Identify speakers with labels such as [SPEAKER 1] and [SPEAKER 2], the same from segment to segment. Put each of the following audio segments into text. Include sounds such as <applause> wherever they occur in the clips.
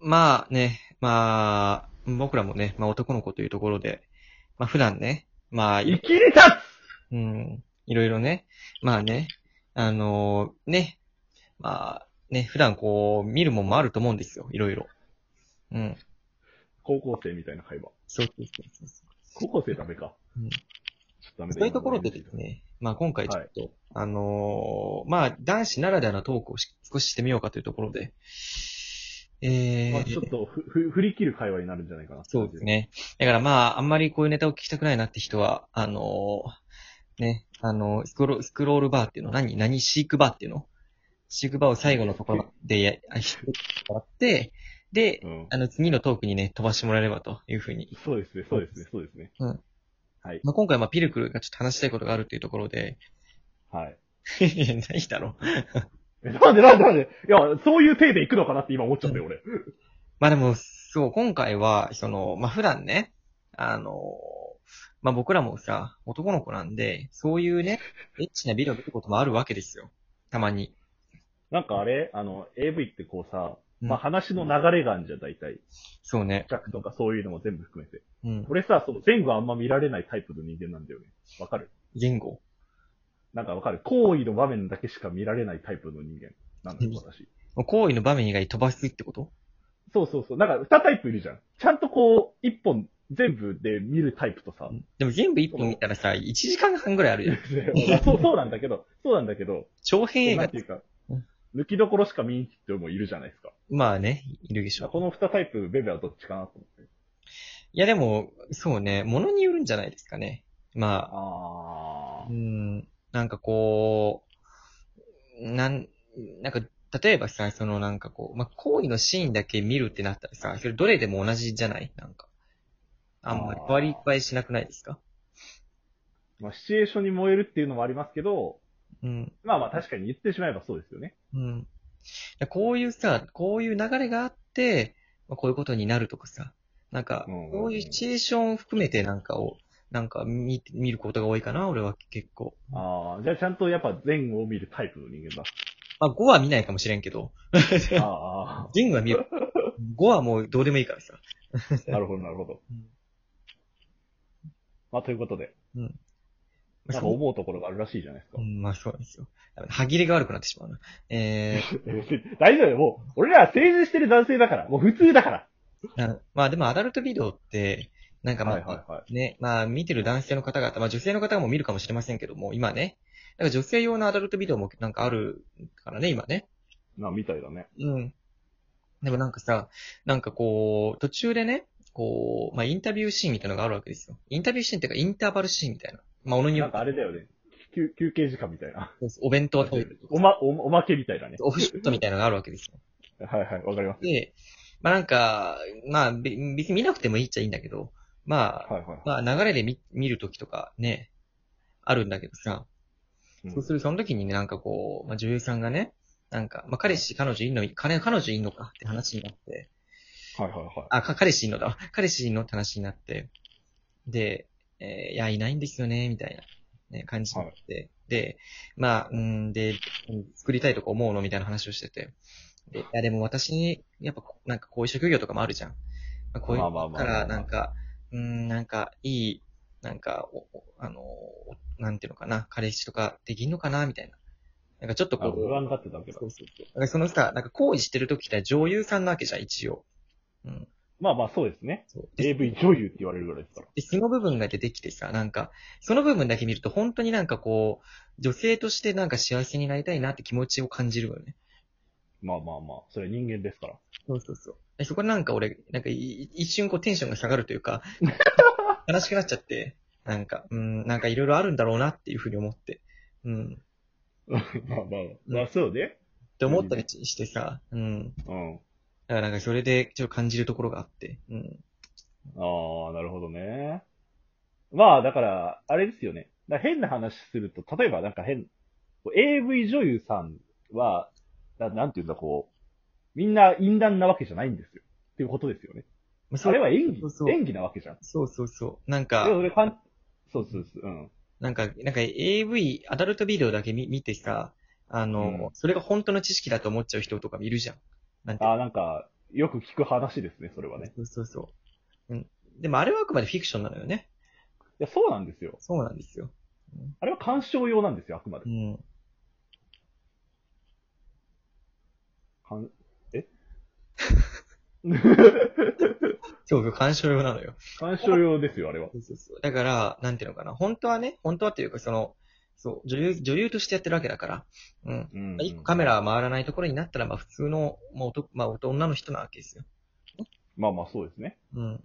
[SPEAKER 1] まあね、まあ、僕らもね、まあ男の子というところで、まあ普段ね、まあ、
[SPEAKER 2] 生きり立つ
[SPEAKER 1] うん、いろいろね、まあね、あのね、まあね、普段こう、見るもんもあると思うんですよ、いろいろ。うん。
[SPEAKER 2] 高校生みたいな会話。
[SPEAKER 1] そうそうそうそう。
[SPEAKER 2] 高校生ダメか。
[SPEAKER 1] うん
[SPEAKER 2] ちょっとダメだ
[SPEAKER 1] そういうところでです。ね、まあ今回ちょっと、あのーまあ男子ならではのトークをし少ししてみようかというところで、えー、
[SPEAKER 2] 今のまあ、ちょっとふ、ふ、振り切る会話になるんじゃないかな。
[SPEAKER 1] そうです。ね。だからまあ、あんまりこういうネタを聞きたくないなって人は、あのーね、あのースクロ、スクロールバーっていうの、何何飼育バーっていうの飼育バーを最後のところでや、あ拾ってもらって、で、
[SPEAKER 2] うん。
[SPEAKER 1] あの、次のトークにね、飛ばしてもらえればというふうに。
[SPEAKER 2] そうですね、そうですね、そうですね。
[SPEAKER 1] うん。
[SPEAKER 2] はい。
[SPEAKER 1] まあ、今回、まあ、ピルクルがちょっと話したいことがあるというところで、 <laughs>
[SPEAKER 2] はい。
[SPEAKER 1] いやないだろう。
[SPEAKER 2] え、なんでなんでなんでいや、そういう体で行くのかなって今思っちゃったよ、俺。
[SPEAKER 1] まあでも、そう、今回は、その、まあ普段ね、あのー、まあ僕らもさ、男の子なんで、そういう
[SPEAKER 2] <laughs>
[SPEAKER 1] ね、エッチなビデオ見ることもあるわけですよ。たまに。
[SPEAKER 2] なんかあれあの、AV ってこうさ、
[SPEAKER 1] うん
[SPEAKER 2] まあ、話の流れがあるじゃん、大体。
[SPEAKER 1] そうね。
[SPEAKER 2] 企画とかそういうのも全部含めて。
[SPEAKER 1] うん。
[SPEAKER 2] 俺さ、その前後あんま見られないタイプの人間なんだよね。わかる
[SPEAKER 1] 言語。
[SPEAKER 2] なんかわかる行為の場面だけしか見られないタイプの人間なんだよ、私。
[SPEAKER 1] もう行為の場面以外飛ばすってこと
[SPEAKER 2] そうそうそう。なんか二タイプいるじゃん。ちゃんとこう、一本全部で見るタイプとさ。
[SPEAKER 1] でも全部一本見たらさ、1時間半ぐらいあるじゃん。
[SPEAKER 2] そう、そうなんだけど、そうなんだけど、
[SPEAKER 1] 長編映
[SPEAKER 2] な
[SPEAKER 1] 画
[SPEAKER 2] んていうか
[SPEAKER 1] うん、
[SPEAKER 2] 抜きどころしか見ん人もいるじゃないですか。
[SPEAKER 1] まあね、いるでしょ。
[SPEAKER 2] この二タイプ、ベベはどっちかなと思って。
[SPEAKER 1] いやでも、そうね、ものによるんじゃないですかね。まあ、
[SPEAKER 2] あ
[SPEAKER 1] う。ん、なんかこう、なん、なんか、例えばさ、そのなんかこう、まあ、行為のシーンだけ見るってなったらさ、それどれでも同じじゃないなんか。あんまり
[SPEAKER 2] あー
[SPEAKER 1] 割り替えしなくないですか
[SPEAKER 2] まあ、シチュエーションに燃えるっていうのもありますけど、
[SPEAKER 1] うん。
[SPEAKER 2] まあまあ確かに言ってしまえばそうですよね。
[SPEAKER 1] うん。こういうさ、こういう流れがあって、まあ、こういうことになるとかさ、なんか、
[SPEAKER 2] うん
[SPEAKER 1] こういうシチュエーションを含めてなんかを、なんか見、見ることが多いかな、俺は結構。ま
[SPEAKER 2] ああ、じゃあちゃんとやっぱ前後を見るタイプの人
[SPEAKER 1] <laughs>
[SPEAKER 2] 間だ。
[SPEAKER 1] あ、5は見ないかもしれんけど、
[SPEAKER 2] あ
[SPEAKER 1] 全部は見る。5はもうどうでもいいからさ。
[SPEAKER 2] あ、なるほど、なるほど
[SPEAKER 1] うん。
[SPEAKER 2] まあということで、
[SPEAKER 1] ま
[SPEAKER 2] な
[SPEAKER 1] あ
[SPEAKER 2] んか思うところがあるらしいじゃないですか
[SPEAKER 1] う。ん、まあそうなんですよ。歯切れが悪くなってしまうな。え
[SPEAKER 2] <laughs> 大丈夫よ、もう、俺らは成人してる男性だから、もう普通だから。 <laughs>
[SPEAKER 1] ー、あまあでもアダルトビデオって、なんかまあ、
[SPEAKER 2] はいはいはい。
[SPEAKER 1] ね、まあ見てる男性の方々、まあ女性の方も見るかもしれませんけども、今ね、なんか女性用のアダルトビデオもなんかあるからね、今ね。
[SPEAKER 2] な、みたいだね。
[SPEAKER 1] うん。でもなんかさ、なんかこう、途中でね、こう、まあインタビューシーンみたいなのがあるわけですよ。インタビューシーンっていうかインターバルシーンみたいな。まあ、おのによ
[SPEAKER 2] な
[SPEAKER 1] っ
[SPEAKER 2] んかあれだよね。休休憩時間みたいな。
[SPEAKER 1] てお弁当を食べると
[SPEAKER 2] お
[SPEAKER 1] か、
[SPEAKER 2] ま、おおまけみたいなね。
[SPEAKER 1] オフショットみたいなのがあるわけですよ。
[SPEAKER 2] はいはい、わかります。
[SPEAKER 1] で、まあなんか、まあべ別に見なくてもいいっちゃいいんだけど、まあ、
[SPEAKER 2] はいはい。
[SPEAKER 1] まあ流れで見見るときとかね、あるんだけどさ、
[SPEAKER 2] うん
[SPEAKER 1] そうするその時にね、なんかこう、まあ女優さんがね、なんか、まあ彼氏、彼女いんの、彼彼女いんのかって話になって、
[SPEAKER 2] はいはいはい。
[SPEAKER 1] あ、か彼氏いんのだわ、彼氏いんのって話になって、で、えーいや、いないんですよね、みたいな、ね、感じになって、で、まあ、うんで、うん作りたいとか思うのみたいな話をしてて、でいや、でも私に、やっぱこ、なんかこういう職業とかもあるじゃん。まあ、こういう
[SPEAKER 2] まあまあ
[SPEAKER 1] の
[SPEAKER 2] ま
[SPEAKER 1] か
[SPEAKER 2] あまあ
[SPEAKER 1] ら、なんか、うん、なんか、いい、なんか、おおあのー、なんていうのかな、彼氏とかできんのかな、みたいな。なんかちょっとこ
[SPEAKER 2] あ
[SPEAKER 1] う、
[SPEAKER 2] 不安がってたわけだ
[SPEAKER 1] そ。うそうそう。なんかそのさ、なんか行為してる時って女優さんなわけじゃん、一応。うん。
[SPEAKER 2] まあまあそうですね。
[SPEAKER 1] そうで
[SPEAKER 2] AV 女優って言われるぐらいですから。
[SPEAKER 1] で、その部分が出てきてさ、なんか、その部分だけ見ると本当になんかこう、女性としてなんか幸せになりたいなって気持ちを感じるよね。
[SPEAKER 2] まあまあまあ、それは人間で
[SPEAKER 1] <laughs>
[SPEAKER 2] すから。
[SPEAKER 1] そうそうそう。でそこでなんか俺、なんかい一瞬こうテンションが下がるという <laughs> か、悲しくなっちゃって、なんか、うん、なんかいろいろあるんだろうなっていうふうに思って、うん。
[SPEAKER 2] まあまあ、まあそうね。
[SPEAKER 1] って思ったりしてさ、うん。
[SPEAKER 2] うん。
[SPEAKER 1] だからなんかそれでちょっと感じるところがあって、うん。
[SPEAKER 2] ああ、なるほどね。まあだから、あれですよね。だから変な話すると、例えばなんか変、こう AV 女優さんは、ななんていうんだ、こう、みんな淫乱なわけじゃないんですよ。っていうことですよね。
[SPEAKER 1] まあ
[SPEAKER 2] それは演技
[SPEAKER 1] そうそう
[SPEAKER 2] 演技なわけじゃん。
[SPEAKER 1] そうそうそう。なんか、
[SPEAKER 2] でもそれかん、そうそうそう、うん。
[SPEAKER 1] なんか、なんか AV、アダルトビデオだけ見見てさ、あの、
[SPEAKER 2] うん
[SPEAKER 1] それが本当の知識だと思っちゃう人とかもいるじゃん。なんていう
[SPEAKER 2] あ
[SPEAKER 1] の
[SPEAKER 2] あ、なんか、よく聞く話ですね、それはね。
[SPEAKER 1] そうそうそう。うん。でもあれはあくまでフィクションなのよね。
[SPEAKER 2] いや、そうなんですよ。
[SPEAKER 1] そうなんですよ。
[SPEAKER 2] あれは鑑賞用なんですよ、あくまで
[SPEAKER 1] う。ん。
[SPEAKER 2] かん
[SPEAKER 1] <laughs>
[SPEAKER 2] え
[SPEAKER 1] 恐怖干渉用なのよ。
[SPEAKER 2] 鑑賞用ですよ、あれは。
[SPEAKER 1] そうそうそう。だから、なんていうのかな。本当はね、本当はっていうか、その、そう、女優、女優としてやってるわけだから。うん。
[SPEAKER 2] うん
[SPEAKER 1] 一個カメラは回らないところになったら、まあ普通の、まあ男、まあ女の人なわけですよ。
[SPEAKER 2] まあまあ、そうですね。
[SPEAKER 1] うん。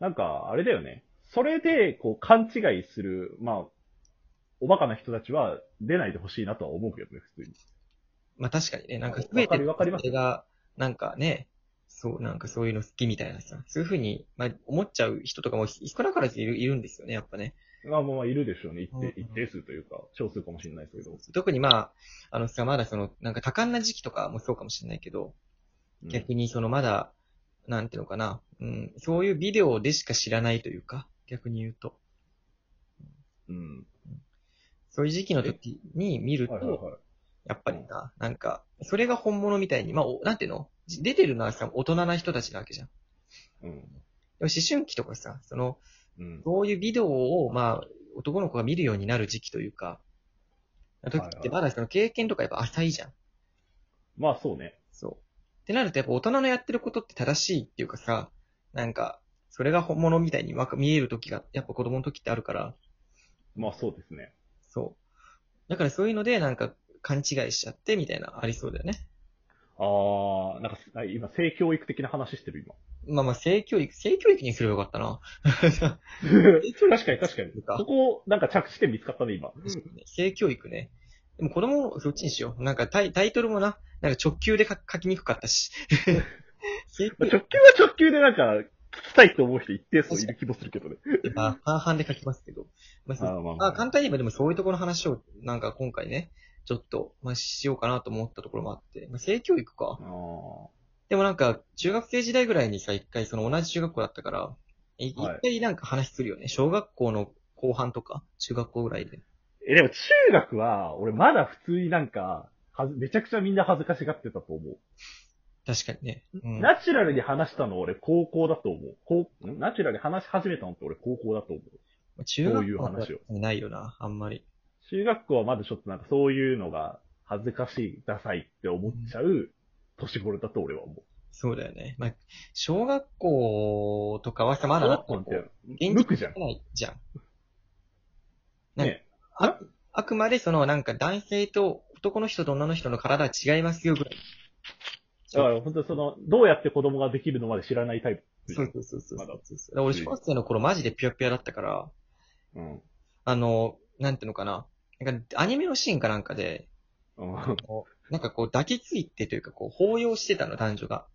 [SPEAKER 2] なんか、あれだよね。それで、こう、勘違いする、まあ、おバカな人たちは出ないでほしいなとは思うけどね、普通に。
[SPEAKER 1] まあ確かにね、なんか
[SPEAKER 2] わ
[SPEAKER 1] 全て
[SPEAKER 2] わかりわかります
[SPEAKER 1] が、なんかね、そう、なんかそういうの好きみたいなさ、そういうふうに、まあ思っちゃう人とかも少なからずいるいるんですよね、やっぱね。
[SPEAKER 2] まあまあまあ、いるでしょうね。一
[SPEAKER 1] うんうん
[SPEAKER 2] 定、一定数というか、少数かもしれないですけど。
[SPEAKER 1] 特にまあ、あのさ、まだその、なんか多感な時期とかもそうかもしれないけど、
[SPEAKER 2] うん
[SPEAKER 1] 逆にそのまだ、なんていうのかな、うん、そういうビデオでしか知らないというか、逆に言うと。
[SPEAKER 2] うん。
[SPEAKER 1] そういう時期の時に見ると、
[SPEAKER 2] はいはいはい。
[SPEAKER 1] やっぱりな、なんか、それが本物みたいに、まあ、おなんていうのじ出てるのはさ、大人な人たちなわけじゃん。
[SPEAKER 2] うん。
[SPEAKER 1] でも思春期とかさ、その、
[SPEAKER 2] うん。
[SPEAKER 1] そういうビデオを、まあ、男の子が見るようになる時期というか、時ってまだその経験とかやっぱ浅いじゃん。
[SPEAKER 2] まあ、そうね。
[SPEAKER 1] そう。ってなるとやっぱ大人のやってることって正しいっていうかさ、なんか、それが本物みたいにわか見える時が、やっぱ子供の時ってあるから、
[SPEAKER 2] まあ、そうですね。
[SPEAKER 1] そう。だからそういうので、なんか、勘違いしちゃってみたいな、ありそうだよね。
[SPEAKER 2] あー、なんか、あ今、性教育的な話し
[SPEAKER 1] <laughs>
[SPEAKER 2] てる、今。
[SPEAKER 1] まあまあ、性教育、性教育にすればよかったな。 <laughs>
[SPEAKER 2] 確かに確かに。
[SPEAKER 1] か
[SPEAKER 2] そこ、なんか着地点見つかったね、今。
[SPEAKER 1] 性教育ね。でも子供、そっちにしよう。なんかタイタイトルもな、なんか直球で書書きにくかったし。性教
[SPEAKER 2] まあ
[SPEAKER 1] 育
[SPEAKER 2] 直球は直球でなんか、聞きたいと思う人一定数いる気もするけどね。
[SPEAKER 1] ってまあ半々で書きますけど。まあそう
[SPEAKER 2] あーまあま
[SPEAKER 1] ま
[SPEAKER 2] あ
[SPEAKER 1] あ、簡単に言えばでもそういうところの話を、なんか今回ね、ちょっと、まあしようかなと思ったところもあって。まあ、性教育か
[SPEAKER 2] あ。ー
[SPEAKER 1] でもなんか、中学生時代ぐらいにさ、一回その同じ中学校だったから、い一
[SPEAKER 2] はい
[SPEAKER 1] 回なんか話するよね。小学校の後半とか、中学校ぐらいで。
[SPEAKER 2] え、でも中学は、俺まだ普通になんか、はずめちゃくちゃみんな恥ずかしがってたと思う。
[SPEAKER 1] 確かにね。うん
[SPEAKER 2] ナチュラルに話したの俺高校だと思う。高んナチュラルに話し始めたのって俺高校だと思う。
[SPEAKER 1] 中学校
[SPEAKER 2] そういう話を
[SPEAKER 1] ないよな、あんまり。
[SPEAKER 2] 中学校はまだちょっとなんかそういうのが恥ずかしい、ダサいって思っちゃう年頃だと俺は思う。
[SPEAKER 1] そうだよね。まあ、小学校とかはさ、まだ
[SPEAKER 2] 小
[SPEAKER 1] なんか
[SPEAKER 2] 学
[SPEAKER 1] こ
[SPEAKER 2] 校
[SPEAKER 1] う
[SPEAKER 2] って、
[SPEAKER 1] 現
[SPEAKER 2] 無垢じゃ
[SPEAKER 1] 実
[SPEAKER 2] ん。
[SPEAKER 1] ないじゃん。なんか
[SPEAKER 2] ね
[SPEAKER 1] ああくまでその、なんか男性と男の人と女の人の体は違いますよぐらい。
[SPEAKER 2] だから本当にその、どうやって子供ができるのまで知らないタイプ。
[SPEAKER 1] そうそうそうそう。
[SPEAKER 2] まだ
[SPEAKER 1] そうそう俺小学生の頃マジでピュアピュアだったから、
[SPEAKER 2] うん。
[SPEAKER 1] あの、なんていうのかな。なんかアニメのシーンかなんかで、
[SPEAKER 2] うん。
[SPEAKER 1] なんかこう抱きついてというかこう抱擁してたの、男女が。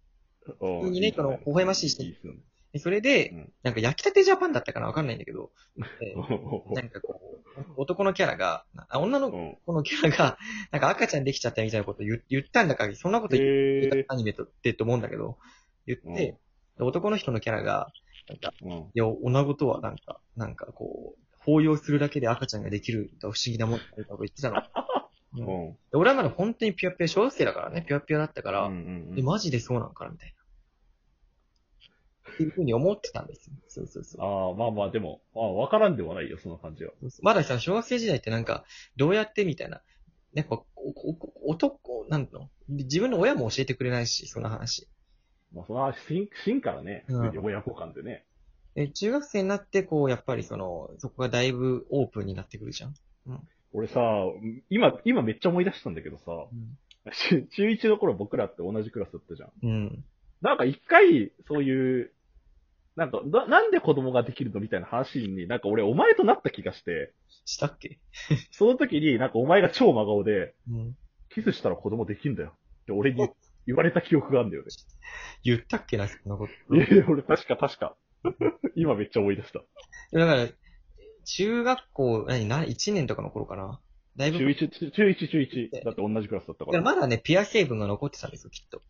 [SPEAKER 2] うん
[SPEAKER 1] いいねこの微笑ましいし
[SPEAKER 2] いっすよね
[SPEAKER 1] でそれで、
[SPEAKER 2] うん
[SPEAKER 1] なんか焼きたてジャパンだったかなわかんないんだけど、えー
[SPEAKER 2] う
[SPEAKER 1] なんかこう、男のキャラが、あ女の
[SPEAKER 2] ん
[SPEAKER 1] 子のキャラが、 <laughs> なんか赤ちゃんできちゃったみたいなこと言言ったんだから、そんなこと言っ
[SPEAKER 2] へ
[SPEAKER 1] て
[SPEAKER 2] え
[SPEAKER 1] たアニメとってと思うんだけど、言って、で男の人のキャラが、なんか、
[SPEAKER 2] うん
[SPEAKER 1] いや、女子とはなんか、なんかこう、抱擁するだけで赤ちゃんができると不思議なもんだみたいなこと言ってたの。う
[SPEAKER 2] う
[SPEAKER 1] で
[SPEAKER 2] んん。
[SPEAKER 1] 俺はまだ本当にピュアピュア、小学生だからね、ピュアピュアだったから、
[SPEAKER 2] うん
[SPEAKER 1] で、マジでそうなんかな、みたいな。っていうふうに思ってたんですよ。そうそうそう。
[SPEAKER 2] ああ、まあまあ、でも、ああ、わからんではないよ、その感じは。
[SPEAKER 1] まださ、小学生時代ってなんか、どうやってみたいな。やっぱ、おおお男、なんていうの自分の親も教えてくれないし、その話。
[SPEAKER 2] まあ、その話、芯芯からね、
[SPEAKER 1] うん
[SPEAKER 2] 普通に親子間でね。
[SPEAKER 1] え、中学生になって、こう、やっぱりその、そこがだいぶオープンになってくるじゃん。
[SPEAKER 2] 俺さ、今、今めっちゃ思い出したんだけどさ、中中1の頃僕らって同じクラスだったじゃん。
[SPEAKER 1] うん。
[SPEAKER 2] なんか一回、そういう、なんかな、なんで子供ができるのみたいな話に、なんか俺お前となった気がして、
[SPEAKER 1] したっけ
[SPEAKER 2] その時になんかお前が超真顔で、
[SPEAKER 1] うん。
[SPEAKER 2] キスしたら子供できんだよって俺に言われた記憶があるんだよね。
[SPEAKER 1] 言ったっけな、そんなこと。
[SPEAKER 2] いやいや、 <laughs> 俺確か確か。今めっちゃ思い出した。
[SPEAKER 1] だから、中学校、何、何、1年とかの頃かな。だいぶ、
[SPEAKER 2] 中
[SPEAKER 1] だ
[SPEAKER 2] 1、中中1、中1。だって同じクラスだったか
[SPEAKER 1] から
[SPEAKER 2] ら。
[SPEAKER 1] まだね、ピア成分が残ってたんですよ、きっと。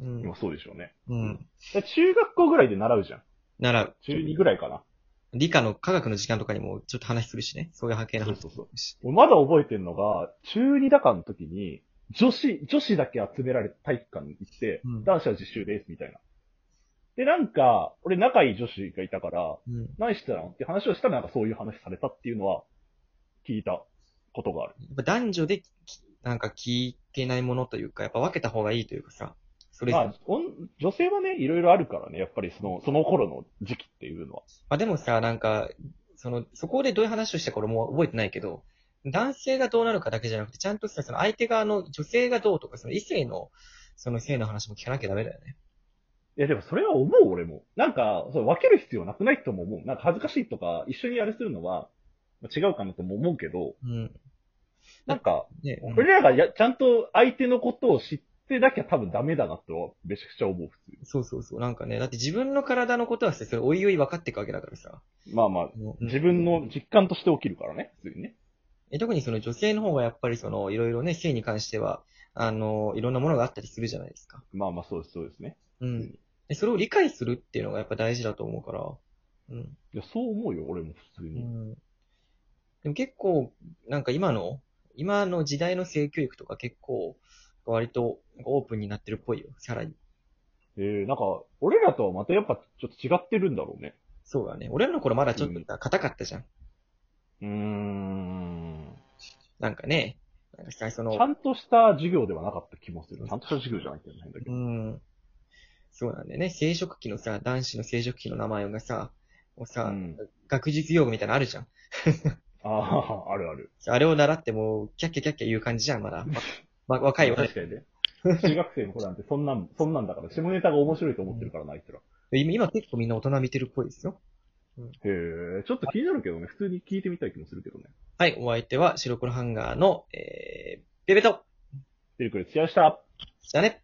[SPEAKER 1] うん
[SPEAKER 2] 今。そうでしょうね。
[SPEAKER 1] うん。
[SPEAKER 2] だから中学校ぐらいで習うじゃん。
[SPEAKER 1] なら、
[SPEAKER 2] 中2ぐらいかな。
[SPEAKER 1] 理科の科学の時間とかにもちょっと話するしね。そういう波形の話
[SPEAKER 2] そうそうそう
[SPEAKER 1] し。
[SPEAKER 2] 俺まだ覚えてんのが、中2だかの時に、女子、女子だけ集められて体育館に行って、
[SPEAKER 1] うん
[SPEAKER 2] 男子は自習です、みたいな。で、なんか、俺仲いい女子がいたから、
[SPEAKER 1] うん。
[SPEAKER 2] 何してたのって話をしたらなんかそういう話されたっていうのは、聞いたことがある。
[SPEAKER 1] やっぱ男女でき、なんか聞いてないものというか、やっぱ分けた方がいいというかさ、それ、
[SPEAKER 2] ま
[SPEAKER 1] ま
[SPEAKER 2] あ、おん女性はね、いろいろあるからね、やっぱりその、その頃の時期っていうのは。
[SPEAKER 1] あでもさ、なんか、その、そこでどういう話をしたか俺もう覚えてないけど、男性がどうなるかだけじゃなくて、ちゃんとさ、その相手側の女性がどうとか、その異性の、その性の話も聞かなきゃダメだよね。
[SPEAKER 2] いや、でもそれは思う、俺も。なんか、それ分ける必要なくないとも思う。なんか恥ずかしいとか、一緒にあれするのは、まあ違うかなとも思うけど、
[SPEAKER 1] うん。
[SPEAKER 2] なんか、
[SPEAKER 1] ね、うん
[SPEAKER 2] 俺らがや、ちゃんと相手のことを知ってなきゃ多分ダメだなと、めちゃくちゃ思う、普
[SPEAKER 1] そうそうそう。なんかね、だって自分の体のことはさ、それおいおい分かっていくわけだからさ。
[SPEAKER 2] 通。まあまあ、
[SPEAKER 1] うん
[SPEAKER 2] 自分の実感として起きるからね、普通にね。
[SPEAKER 1] え特にその女性の方がやっぱりその、いろいろね、性に関しては、あの、いろんなものがあったりするじゃないですか。
[SPEAKER 2] まあまあ、そうです、そうですね。
[SPEAKER 1] うん。でそれを理解するっていうのがやっぱ大事だと思うから。うん。
[SPEAKER 2] いや、そう思うよ、俺も普通
[SPEAKER 1] う
[SPEAKER 2] に。
[SPEAKER 1] ん。でも結構、なんか今の、今の時代の性教育とか結構、割とオープンになってるっぽいよ、さらに。
[SPEAKER 2] えー、なんか、俺らとはまたやっぱちょっと違ってるんだろうね。
[SPEAKER 1] そうだね。俺らの頃まだちょっとさ硬かったじゃん。
[SPEAKER 2] うーん。
[SPEAKER 1] なんかね、なんかさ、その、
[SPEAKER 2] ちゃんとした授業ではなかった気もす
[SPEAKER 1] う
[SPEAKER 2] る。
[SPEAKER 1] ん
[SPEAKER 2] ちゃんとした授業じゃないけどね、変だけど。
[SPEAKER 1] うん。そうなんだよね。生殖器のさ、男子の生殖器の名前がさ、もうさ、
[SPEAKER 2] うん
[SPEAKER 1] 学術用語みたいなのあるじゃん。
[SPEAKER 2] ああ、あるある。
[SPEAKER 1] あれを習っても、キャッキャキャッキャ言う感じじゃん、ま <laughs> だ。わ若いよね。
[SPEAKER 2] 確かにね。中学生の頃なんてそんなん、そんなんだから、下ネタが面白いと思ってるからな、あいつら。
[SPEAKER 1] 今今結構みんな大人見てるっぽいですよ。
[SPEAKER 2] へえ、ちょっと気になるけどね、普通に聞いてみたい気もするけどね。
[SPEAKER 1] はい、お相手は白黒ハンガーの、えー、ベベト
[SPEAKER 2] ということで、試合した
[SPEAKER 1] じゃあね